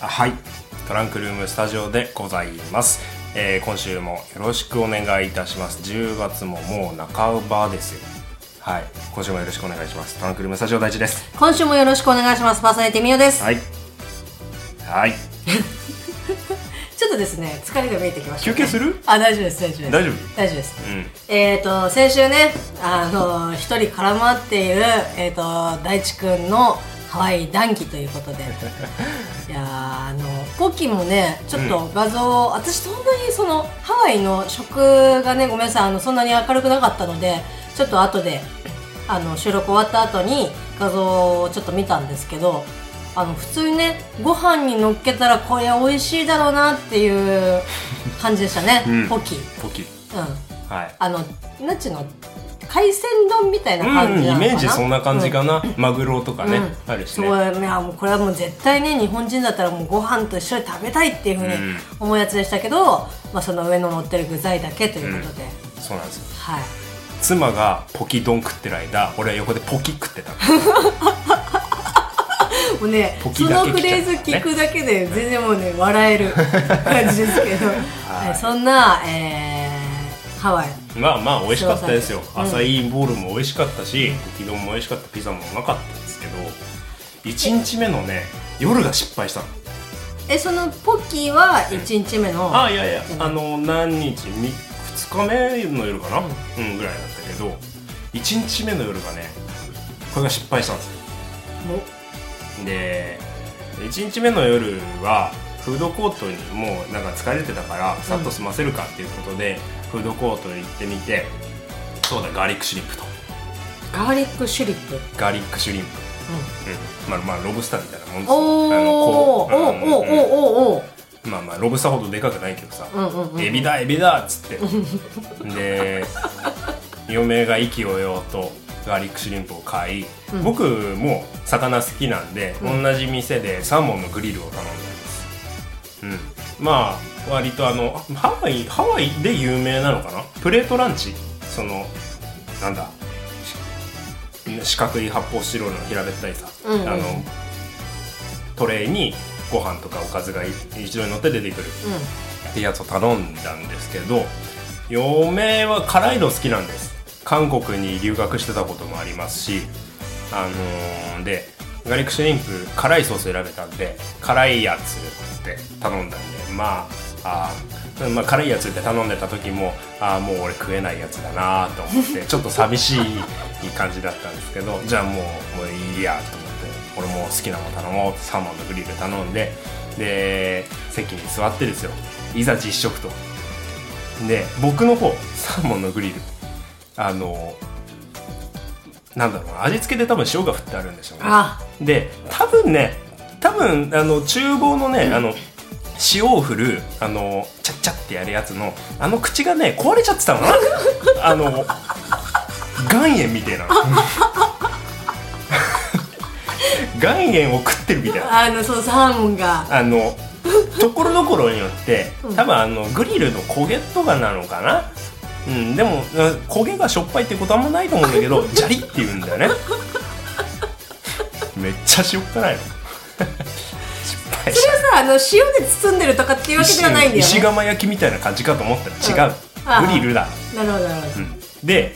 はいトランクルームスタジオでございます、えー今週もよろしくお願いいたします10月ももう半ばですよはい今週もよろしくお願いしますトランクルームスタジオ大地です今週もよろしくお願いします。パーソナリティみよです、はいはいちょっとですね、疲れが見えてきました、休憩するあ、大丈夫です、大丈夫です。大丈夫大丈夫です。うんえっ、ー、と、先週ね、あの、一人絡まっている、えっ、と、大地くんの可愛い談義という ことで。いやーあの、ポッキーもね、ちょっと画像、私そんなにその、ハワイの食がね、ごめんなさい、あの、そんなに明るくなかったので、ちょっと後で、あの、収録終わった後に画像をちょっと見たんですけど、あの、普通にね、ご飯に乗っけたらこれ美味しいだろうなっていう感じでしたね、 うんポッキー。ポキうん。はいあの、なんちゅうの、海鮮丼みたいな感うじんイなのかな、メージそんな感じかな、マグロとかうん。ね、うんあるしすごねいいやもうこれはもう絶対ね日本人だったらもうご飯と一緒に食べたいっていうふうにうん思うやつでしたけど、まあ、その上の乗ってる具材だけということで、そうなんですよはい妻がポキ丼食ってる間俺は横でポキ食ってたのもうねポキそだのけフレーズ聞くだけで全然もうね笑 える感じですけど、いはいそんな、えーハワイまあまあ美味しかったですよそうだねアサイーボールも美味しかったしポキ丼も美味しかったピザもうまかったんですけど1日目のね夜が失敗したのえそのポッキーは1日目の、あいやいやうんあの何日2日目の夜かなうんぐらいだったけど1日目の夜がねこれが失敗したんですよもうで1日目の夜はフードコートにもうなんか疲れてたからさっと済ませるかっていうことで、フードコートに行ってみてそうだガーリックシュリンプとガーリックシュリップ、うんガーリックシュリンプ、うん、まあまあロブスターみたいなもんですよおーあのこおうーうおんうんーうんおーおーおーまあまあロブスターほどでかくないけどさ、うんうんうんエビだエビだっつってで嫁が息をようとガーリックシュリンプを買い、うん僕も魚好きなんで、うん同じ店でサーモンのグリルを頼んだんです、うん、まあ割とあのハワイハワイで有名なのかなプレートランチそのなんだし四角い発泡スチロールの平べったいさ、うんうんあのトレイにご飯とかおかずが一度に乗って出てくるうってやつを頼んだんですけど嫁は辛いの好きなんです韓国に留学してたこともありますしあのーでガーリックシュリンプ辛いソース選べたんで辛いやつって頼んだんでまああーまあ、辛いやつって頼んでた時もああもう俺食えないやつだなと思ってちょっと寂しい感じだったんですけどじゃあもうもういいやと思って俺も好きなもの頼もうサーモンのグリル頼んでで席に座ってですよいざ実食とで僕の方サーモンのグリルあのなんだろうな味付けで多分塩が振ってあるんでしょうねあで多分ね多分あの厨房のねあの塩を振るあのチャッチャってやるやつのあの口がね壊れちゃってたのあの岩塩みたいな岩塩を食ってるみたいなんあのそのサーモンがあのところどころによってうん多分あのグリルの焦げとかなのかな、うん、でもうん焦げがしょっぱいってことあんまないと思うんだけ どジャリって言うんだよねめっちゃ塩っ辛いの失敗しそれはさあの塩で包んでるとかっていうわけではないんだよね石石窯焼きみたいな感じかと思ったら違う、うんグリルだ、なるほどなるほうん、で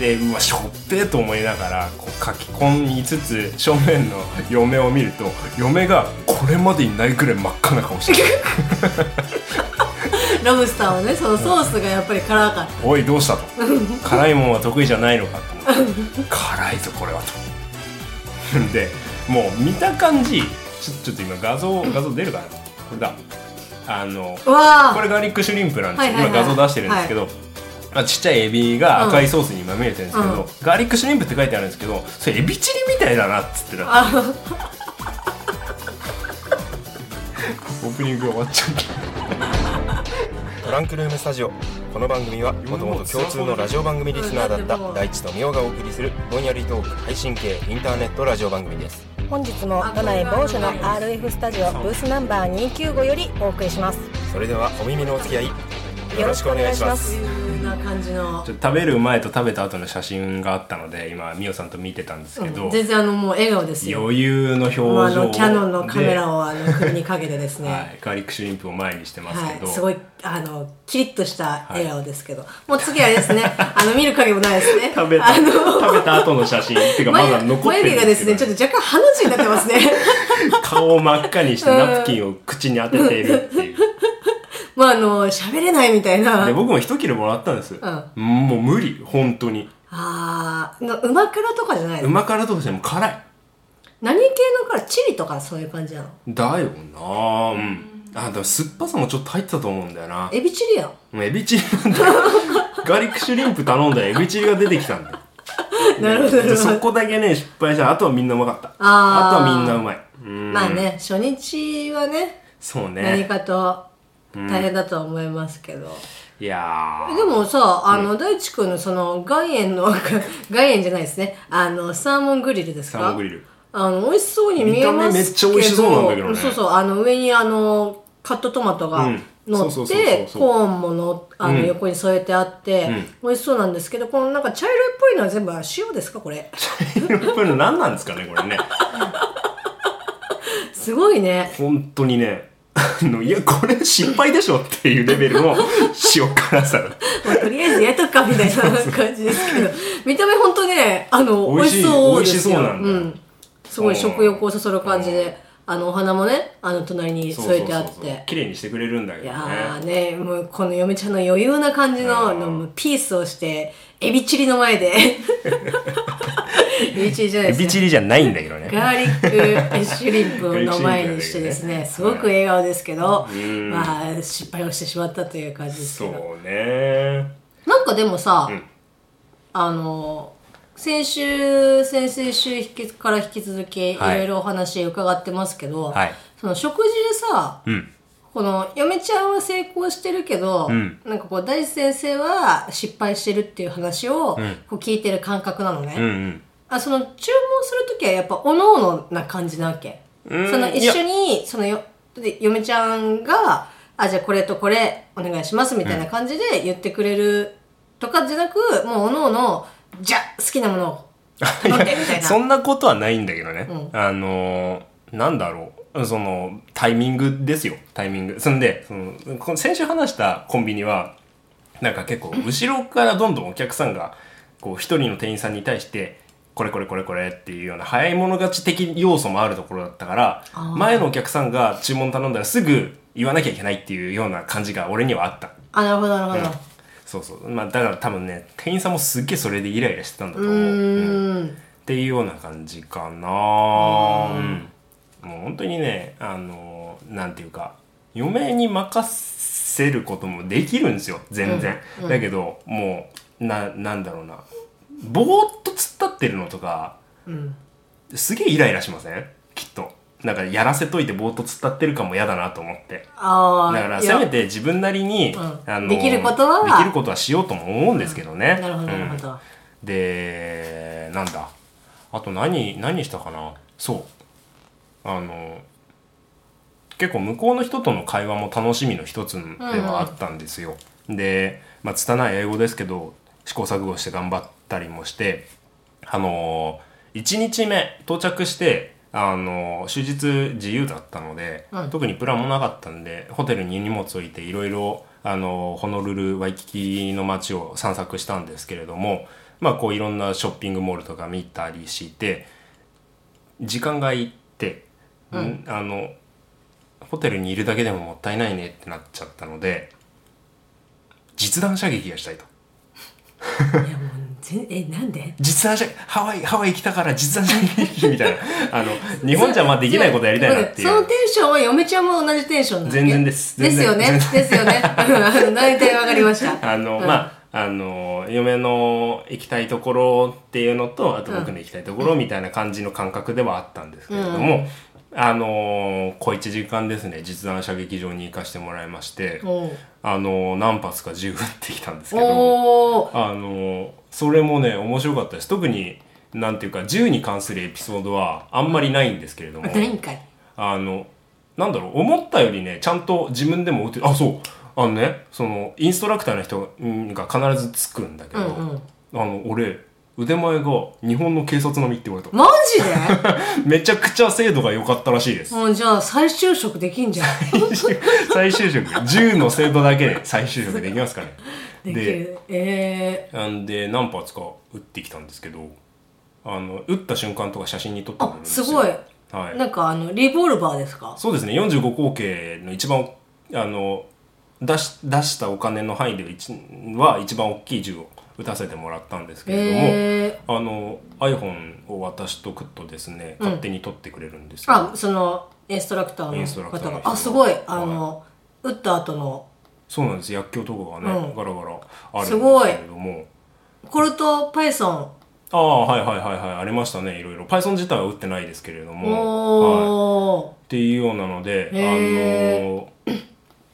でうわしょっぺーと思いながらこう書き込みつつ正面の嫁を見ると嫁がこれまでにないくらい真っ赤な顔してるどロブスターはねそのソースがやっぱり辛かっおいどうしたと辛いもんは得意じゃないのかと思って辛いぞこれはと んでもう見た感じちょちょっと今画像画像出るかなこれだあのたうわこーれガーリックシュリンプなんですよ、はいはいはい今画像出してるんですけど、まあ、ちっちゃいエビが赤いソースに今見えてるんですけど、うんうんガーリックシュリンプって書いてあるんですけどそれエビチリみたいだなっつってなあ オープニング終わっちゃったトランクルームスタジオこの番組はもともと共通のラジオ番組リスナーだった大地とみおがお送りするぼんやりトーク配信系インターネットラジオ番組です本日も都内某所の RF スタジオブースナンバー295よりお送りしますそれではお耳のお付き合いよろしくお願いしますこんな感感じのちょっと食べる前と食べた後の写真があったので今美桜さんと見てたんですけど、全然あのもう笑顔ですよ余裕の表情もで、うあのキャノンのカメラをあの首にかけてですね、はい、ガーリックシュリンプを前にしてますけはど、い、すごいあのキリッとした笑顔ですけど、もう次あれで すねあの見る影もないですね食べたあ食べた後の写真っていうかまだ眉残って眉る毛んがでですすけねどちょっと若干ハの字になっ てますね顔を真っ赤にしてナプキンを口に当てているっていうまああの喋れないみたいなで僕も一切れもらったんです、もう無理本当にあーのうま辛とかじゃないの旨辛とかしても辛い何系の辛いチリとかそういう感じなのだよなうんあでも酸っぱさもちょっと入ってたと思うんだよなエビチリやんもうエビチリなんだよガーリックシュリンプ頼んだらエビチリが出てきたんだよ なるほどなるでほどそこだけね失敗したあとはみんなうまかったあーとはみんなうまいうんまあね初日はねそう何ねかと大変だとは思いますけど、いやーでもさあの、大地君のその岩塩の 岩塩じゃないですねあのサーモングリルですかサーモングリルあの美味しそうに見え見た目ますけどめっちゃ美味しそうなんだけどねそうそうあの上にあのカットトマトがうん乗そうそうっそうそうてそうコーンものあのうん横に添えてあって、う美味しそうなんですけどこのなんか茶色いっぽいのは全部塩ですかこ れやっぱりの何なんですかねこれねすごいね本当にねあのいやこれ失敗でしょっていうレベルの塩辛 さまあとりあえずやっとくかみたいな感じです けど見た目ほんとねあの美美味しい味しそう美ですよ味しそうなんだよん、すごい食欲をそそる感じであのお花もねあの隣にそう添えそうてそあうってそう綺麗にしてくれるんだけいどねやーね、もうこの嫁ちゃんの余裕な感じのうんのもうピースをして、エビチリの 前で。エビチリじゃないエですビね。チリじゃないんだけどねガーリックシュリンプの前にしてですガーリね、ックシすュリごンプく笑顔ですけど、んまあ失敗をしてしまったという感じですけそうど。ねなんかでもさ、んあの、先週、先々週引きから引き続き、いはいろいろお話伺ってますけど、はいその食事でさ、うんこの嫁ちゃんは成功してるけど、んなんかこう大地先生は失敗してるっていう話をこう聞いてる感覚なのね、うんうんあその注文する時はやっぱおのおのな感じなわけ、うんその一緒にそのよで嫁ちゃんが「あじゃあこれとこれお願いします」みたいな感じで言ってくれるとかじゃなく、もうおのおの「じゃあ好きなものを頼んで」みたいなそんなことはないんだけどね、あのーなんだろうそのタイミングですよタイミングそんでそのこの先週話したコンビニはなんか結 構後ろからどんどんお客さんがこう一人の店員さんに対してこれこれこれこれっていうような早い者勝ち的要素もあるところだったから前のお客さんが注文頼んだらすぐ言わなきゃいけないっていうような感じが俺にはあったあなるほどなるほど、そうそうまあだから多分ね店員さんもすっげえそれでイライラしてたんだと思ううんっていうような感じかなうんもう本当にねあのなんていうか嫁に任せることもできるんですよ全然、だけどもうななんだろうなぼーっと突っ立ってるのとかすげえイライラしませんきっとなんかやらせといてぼーっと突っ立ってるかも嫌だなと思ってああだからせめて自分なりに、んあのできることはできることはしようとも思うんですけどね、なるほどなるほど、うんでなんだあと何何したかなそうあの結構向こうの人との会話も楽しみの一つではあったんですよ、でまあ拙い英語ですけど試行錯誤して頑張ったりもしてあの1日目到着してあの終日自由だったので、うん特にプランもなかったんでホテルに荷物置いていろいろあのホノルルワイキキの街を散策したんですけれどもまあこういろんなショッピングモールとか見たりして時間がいって、んあのホテルにいるだけでももったいないねってなっちゃったので実弾射撃がしたいと。いやもう全えなんで実弾射ハワイ、ハワイ行きたから実弾射撃みた いな。あの、日本じゃまあできないことやりたいなっていそのうテ。ンションは嫁ちゃんも同じテンションなの全然ですで全す然よね。ですよ ね。うん大体わかりました。あの、うんまあ、あの、嫁の行きたいところっていうのと、あと僕の行きたいところみたいな感じの感覚ではあったんですけれども、あの、小一時間ですね、実弾射撃場に行かしてもらいまして、おうあの、何発か銃撃ってきたんですけど、おーあのそれもね面白かったです特になんていうか銃に関するエピソードはあんまりないんですけれどもないんかい。あのなんだろう思ったよりねちゃんと自分でも撃てあそうあのねそのインストラクターの人うんが必ずつくんだけど、うんあの俺腕前が日本の警察並みって言われた、 マジでめちゃくちゃ精度が良かったらしい ですもうじゃあ再就職できんじゃん最終職10の精度だけで最終職できますかねできるえなんで何発か打ってきたんですけどあの打った瞬間とか写真に撮ってくれるんですよあすごいはー、い、なんかあのリボルバーですかそうですね45口径の一番あの出し出したお金の範囲で一は一番大きい銃を打たせてもらったんですけれども、えあの iPhone を渡しとくとですね勝手に撮ってくれるんですけど、あそのインストラクタインストーのラクター方のが人があすごいはいあの、打った後のそうなんです薬莢とかがね、うんガラガラあるんですすごいけれどもコルトパイソンああはいはいはいはいありましたねいろいろ Python 自体は打ってないですけれども、はい、っおー、ていうようなのであへの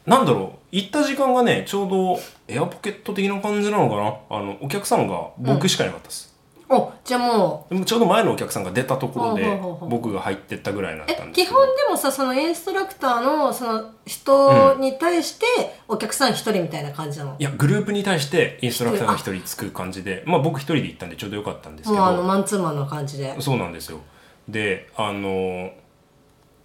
なんだろう行った時間がねちょうどエアポケット的な感じなのかなあのお客さんが僕しかいなかったです、おじゃあもでもちょうど前のお客さんが出たところほうでほうほうほう僕が入ってったぐらいだっうえたんです基けど本でもさそのインストラクターのその人に対してお客さん一人みたいな感じなの、いやグループに対してインストラクターが一人つく感じでまあ僕一人で行ったんでちょうどよかったんですけもうあのどマンツーマンの感じでそうなんですよであの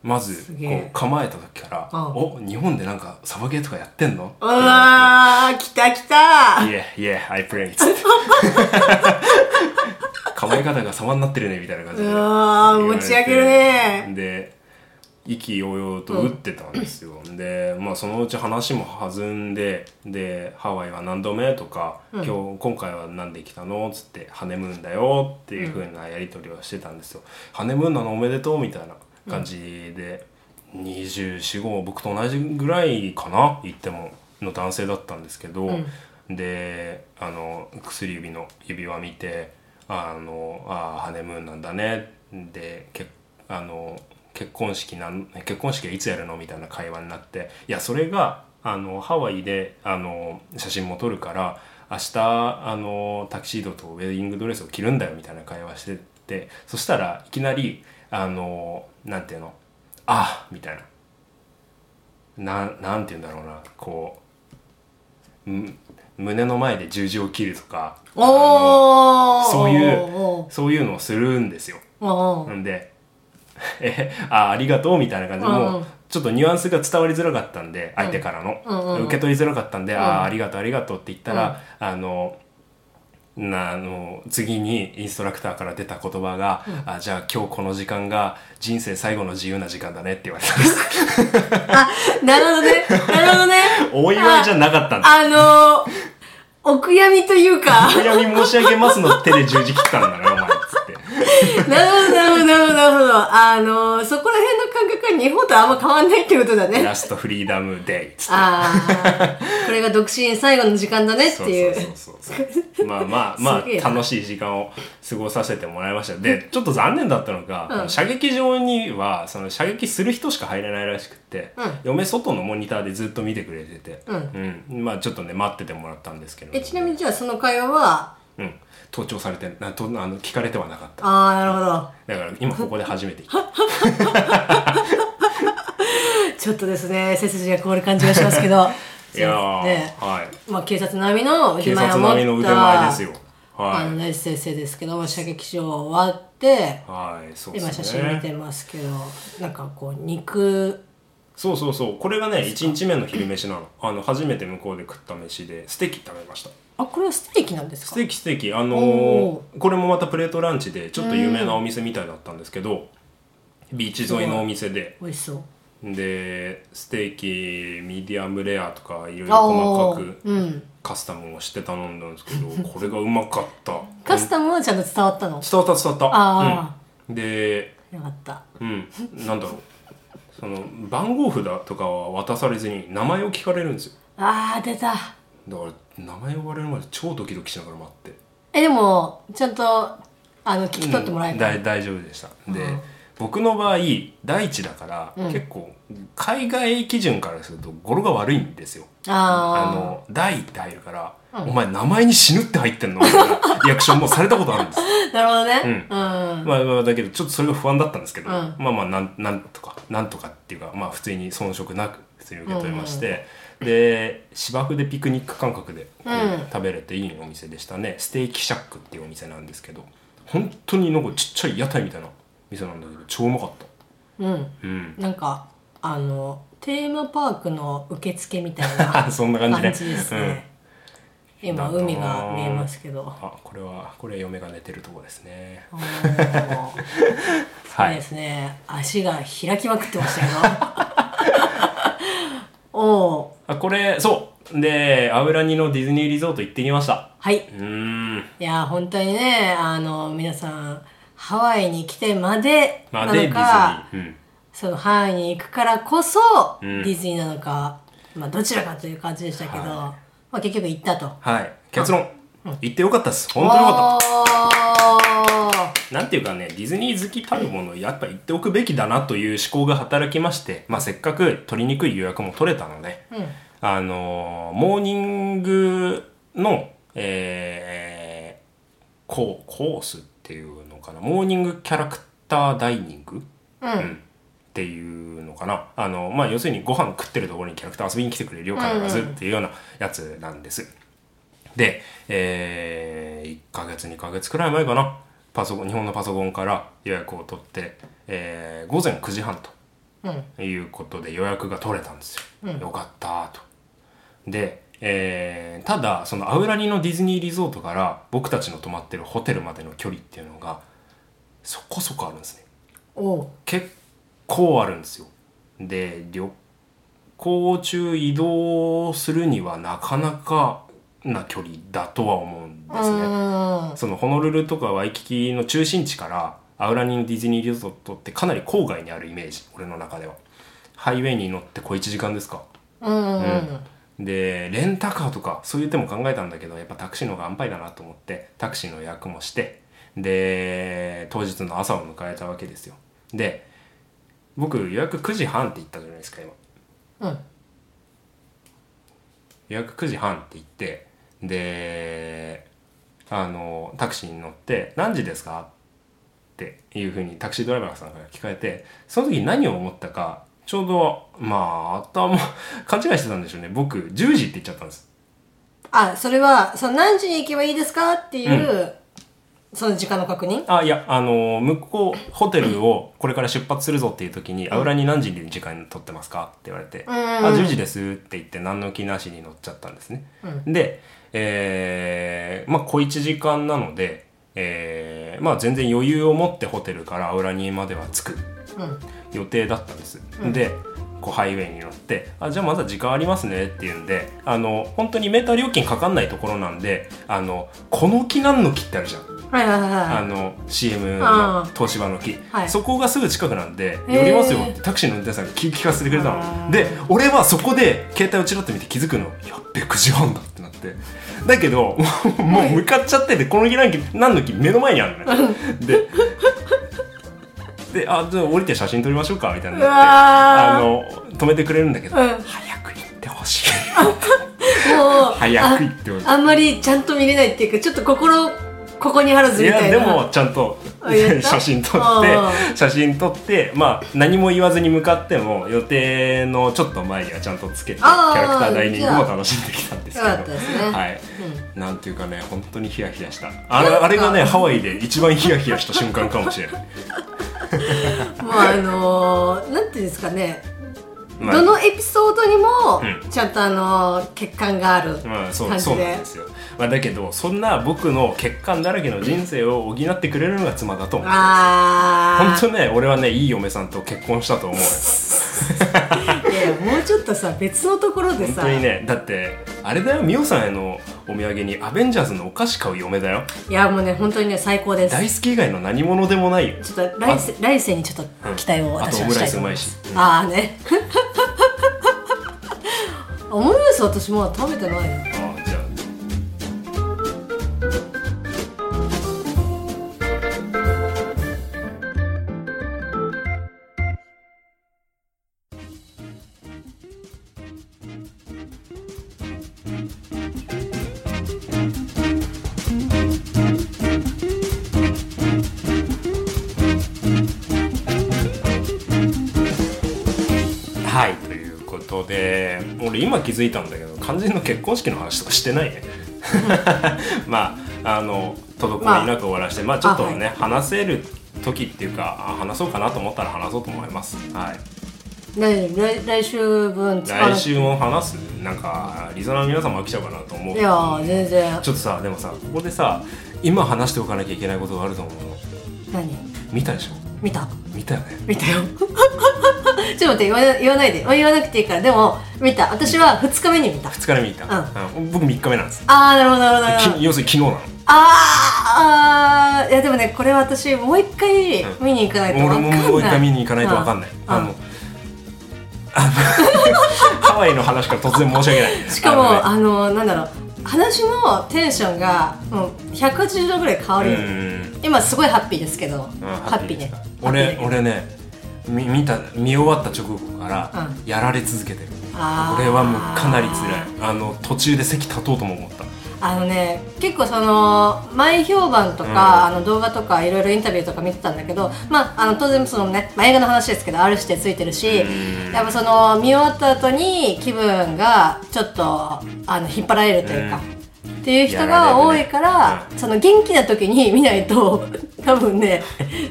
まずすげこえう構えた時から「うんお日本でなんかサバゲーとかやってんの?」うわー来た来たいやいや I play」っつっ て構え方が様になってるねみたいな感じでうわー持ち上げるねで意気揚々と打ってたんですよ、でまあそのうち話も弾んでで「ハワイは何度目?」とか、今日今回は何で来たの?」っつって「ハネムーンだよ」っていうふうなやり取りをしてたんですよ「ハネムーンなのおめでとう」みたいな感じで、2425僕と同じぐらいかな言ってもの男性だったんですけど、であの薬指の指輪見て「あのあーハネムーンなんだね」で結あの結婚式なん結婚式はいつやるのみたいな会話になっていやそれがあのハワイであの写真も撮るから明日あのタキシードとウェディングドレスを着るんだよみたいな会話しててそしたらいきなりあのなんていうのあみたいななんなんて言うんだろうなこうむ胸の前で十字を切るとかおーそういおうそういうのをするんですよーおなーんで「えあありがとう」みたいな感じでうんうんもうちょっとニュアンスが伝わりづらかったんで相手からの、うんうんうん受け取りづらかったんで「ああありがとうありがとう」って言ったら、あのなあの次にインストラクターから出た言葉が「あじゃあ今日この時間が人生最後の自由な時間だね」って言われたんですなるほどねなるほどね お祝いじゃなかったんですああのーお悔やみとい うかお悔やみ申し上げますの手で十字切ったんだねお前っつってなるほどなるほどなるほどなるほどあのーそこら辺の感覚は日本とあんま変わんないってことだ ねラストフリーダムデイっつってああ、これが独身最後の時間だねっていう。そうそうそうそうまあまあますげえあな楽しい時間を過ごさせてもらいましたでちょっと残念だったのが、射撃場にはその射撃する人しか入れないらしくって、うん嫁外のモニターでずっと見てくれてて、ううんまあちょっとね待っててもらったんですけれどえ、もちなみにじゃあその会話は、うん、盗聴されてなとあの聞かれてはなかったああ、なるほど。だから今ここで初めて聞いたちょっとですね、背筋が凍る感じがしますけど。 いやー、ね、はいまあ警察並みの腕警前を察持った並みの腕前ですよあのは大地先生ですけども射撃場終わっていはいそうですね今写真見てますけど、なんかこう肉そうそうそうこれがね1日目の昼飯なのあの初めて向こうで食った飯でステーキ食べましたあこれはステーキなんですスかテーキステーキあのーおこれもまたプレートランチでちょっと有名なお店みたいだったんですけどビーチ沿いのお店で美味しそうでステーキミディアムレアとかいろいろあ細おかーくうんカスタムをして頼んだんですけ どこれがうまかったカスタムはちゃんと伝わったの伝わった伝わったあうん、でよかったうんなんだろうその番号札とかは渡されずに名前を聞かれるんですよあー出ただから名前呼ばれるまで超ドキドキしながら待ってえでもちゃんとあの聞き取ってもらえた、だい大丈夫でした、でうん僕の場合第一だから、うん結構海外基準からすると語呂が悪いんですよああーの「第一」って入るから「お前名前に死ぬって入ってんの?」みたいなリアクションもされたことあるんです なるほどねううん、まあまあだけどちょっとそれが不安だったんですけど、うんまあまあなんなんとかなんとかっていうかまあ普通に遜色なく普通に受け取りまして、で芝生でピクニック感覚でこううん食べれていいお店でしたね、ステーキシャックっていうお店なんですけど本当になんかちっちゃい屋台みたいな店なんだけど超うまかったうんうんなんかあのテーマパークの受付みたいな そんな感じねですね、今だな海が見えますけどあこれはこれは嫁が寝てるとこですねおーそうはいですね、足が開きまくってましたけど おおあこれそうで油煮のディズニーリゾート行ってきましたはいうんいやー本当にねあの皆さんハワイに来てまでまなあでデのかィズニー、うん、そのハワイに行くからこそ、うんディズニーなのか、まあ、どちらかという感じでしたけど、はまあ、結局行ったと。はい結論行ってよかったです本当によかったなんていうかね、ディズニー好きたるもの、やっぱ言っておくべきだなという思考が働きまして、まあ、せっかく取りにくい予約も取れたので、おーうんあのーモーニングの、えーコー、コースっていうのかな、モーニングキャラクターダイニング、うんっていうのかな。あの、まあ、要するにご飯食ってるところにキャラクター遊びに来てくれるよ、必ずっていうようなやつなんです。で、えー、1ヶ月、2ヶ月くらい前かな。パソコン、日本のパソコンから予約を取って、えー、午前9時半うんということで予約が取れたんですよ。よかったーと。で、えー、ただ、そのアウラニのディズニーリゾートから僕たちの泊まってるホテルまでの距離っていうのが、そこそこあるんですね。おう結構あるんですよで旅行中移動するにはなかなかな距離だとは思うんでうすねーんそのホノルルとかワイキキの中心地からアウラニのディズニーリゾートってかなり郊外にあるイメージ俺の中ではハイウェイに乗って小1時間ですかうんうんでレンタカーとかそういう手も考えたんだけどやっぱタクシーの方が安牌だなと思ってタクシーの予約もしてで当日の朝を迎えたわけですよで僕予約9時半って言ったじゃないですか今うん予約9時半って言ってであのタクシーに乗って「何時ですか?」っていうふうにタクシードライバーさんから聞かれてその時に何を思ったかちょうどまあ頭 勘違いしてたんでしょうね僕10時って言っちゃったんですあそれはその何時に行けばいいですかっていう、その時間の確認あいやあの向こうホテルをこれから出発するぞっていう時に「アウラに何時に時間取ってますか?」って言われて「んあ10時です」って言って何の気なしに乗っちゃったんですね、でえーまあ小1時間なので、えーまあ全然余裕を持ってホテルからアウラにまでは着くうん予定だったんです、でこうハイウェイに乗ってあじゃあまだ時間ありますねっていうんであの本当にメーター料金かかんないところなんであのこの木なんの木ってあるじゃんはいはいはいあはの CM あのあ東芝の木、はいそこがすぐ近くなんで「へえ寄りますよ」ってタクシーの運転手さんが聞聞かせてくれたので俺はそこで携帯をちらっと見て気づくの「やっべ9時半だ」ってなってだけどもうもう向かっちゃっててこの木何木何の木目の前にあるのねでであじゃあ降りて写真撮りましょうかみたいになってうわあの止めてくれるんだけど、うん早く行ってほしい いもう早く行ってほしいあんまりちゃんと見れないっていうかちょっと心ここにあらずいみたやいでなもちゃんとあやった 写真撮あって写真撮ってまあ何も言わずに向かっても予定のちょっと前にはちゃんとつけてキあーャラクターダイニングも楽しんできたんですけどよかったですねはいなんていうかね本当にヒヤヒヤしたあれあれがねハワイで一番ヒヤヒヤした瞬間かもしれない、もうあのー、なんていうんですかね、まあ どのエピソードにうもんちゃんとあのー血管があるまあそう感そじうなんでですよ、まあ、だけどそんな僕の欠陥だらけの人生を補ってくれるのが妻だと思うあ本当ね俺はねいい嫁さんと結婚したと思うよあいやもうちょっとさ別のところで本さ当にねだってあれだよミオさんへのお土産にアベンジャーズのお菓子買う嫁だよいやもうね本当にね最高です大好き以外の何者でもないよちょっと来世来世にちょっと期待を私はしたいと思います、ああね オムライス私まだ食べてないのあーじゃあはいということことで俺今気づいたんだけど肝心の結婚式の話とかしてないね まああの滞りなく終わらして、まあ、ちょっとね、話せる時っていうかあ話そうかなと思ったら話そうと思いますはい何来来週分使わな来く週も話すなんかリザナーの皆さんも飽きちゃうかなと思ういやー全然ちょっとさでもさここでさ今話しておかなきゃいけないことがあると思うの何見たでしょ見た見たよね見たよ ちょっと待って言わ言わないで言わなくていいからでも見た私は2日目に見た2日目見た、うん僕3日目なんですああなるほどなるほどなるほどき要するに昨日なのあーあーいやでもねこれは私もう一回見に行かないと分か俺んもない、もう一回見に行かないと分かんない、うんあのあの ハワイの話から突然申し訳ないしかもあのねあのなんだろう話のテンションがもう180度ぐらい変わる、うん今すごいハッピーですけど、うんハッピーね俺ハッピーだけど俺ねみ見た見終わった直後からうやられ続けてる、あー俺はもうかなり辛いあの途中で席立とうとも思ったあのね結構その前評判とか、うんあの動画とかいろいろインタビューとか見てたんだけど、まあ、あの当然そのね、まあ映画の話ですけど R してついてるし、うんやっぱその見終わった後に気分がちょっとあの引っ張られるというか。っていう人が多いから、その元気な時に見ないと 多分ね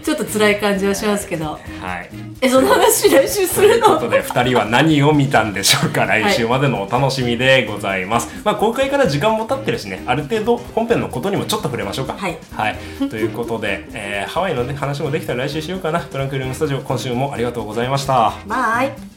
ちょっと辛い感じはしますけどはいえその話来週すといるうこと ので2人は何を見たんでしょうか来週までのお楽しみでございます、まあ公開から時間も経ってるしねある程度本編のことにもちょっと触れましょうかはい ということで、えーハワイの、ね、話もできたら来週しようかなトランクルームスタジオ今週もありがとうございましたバイ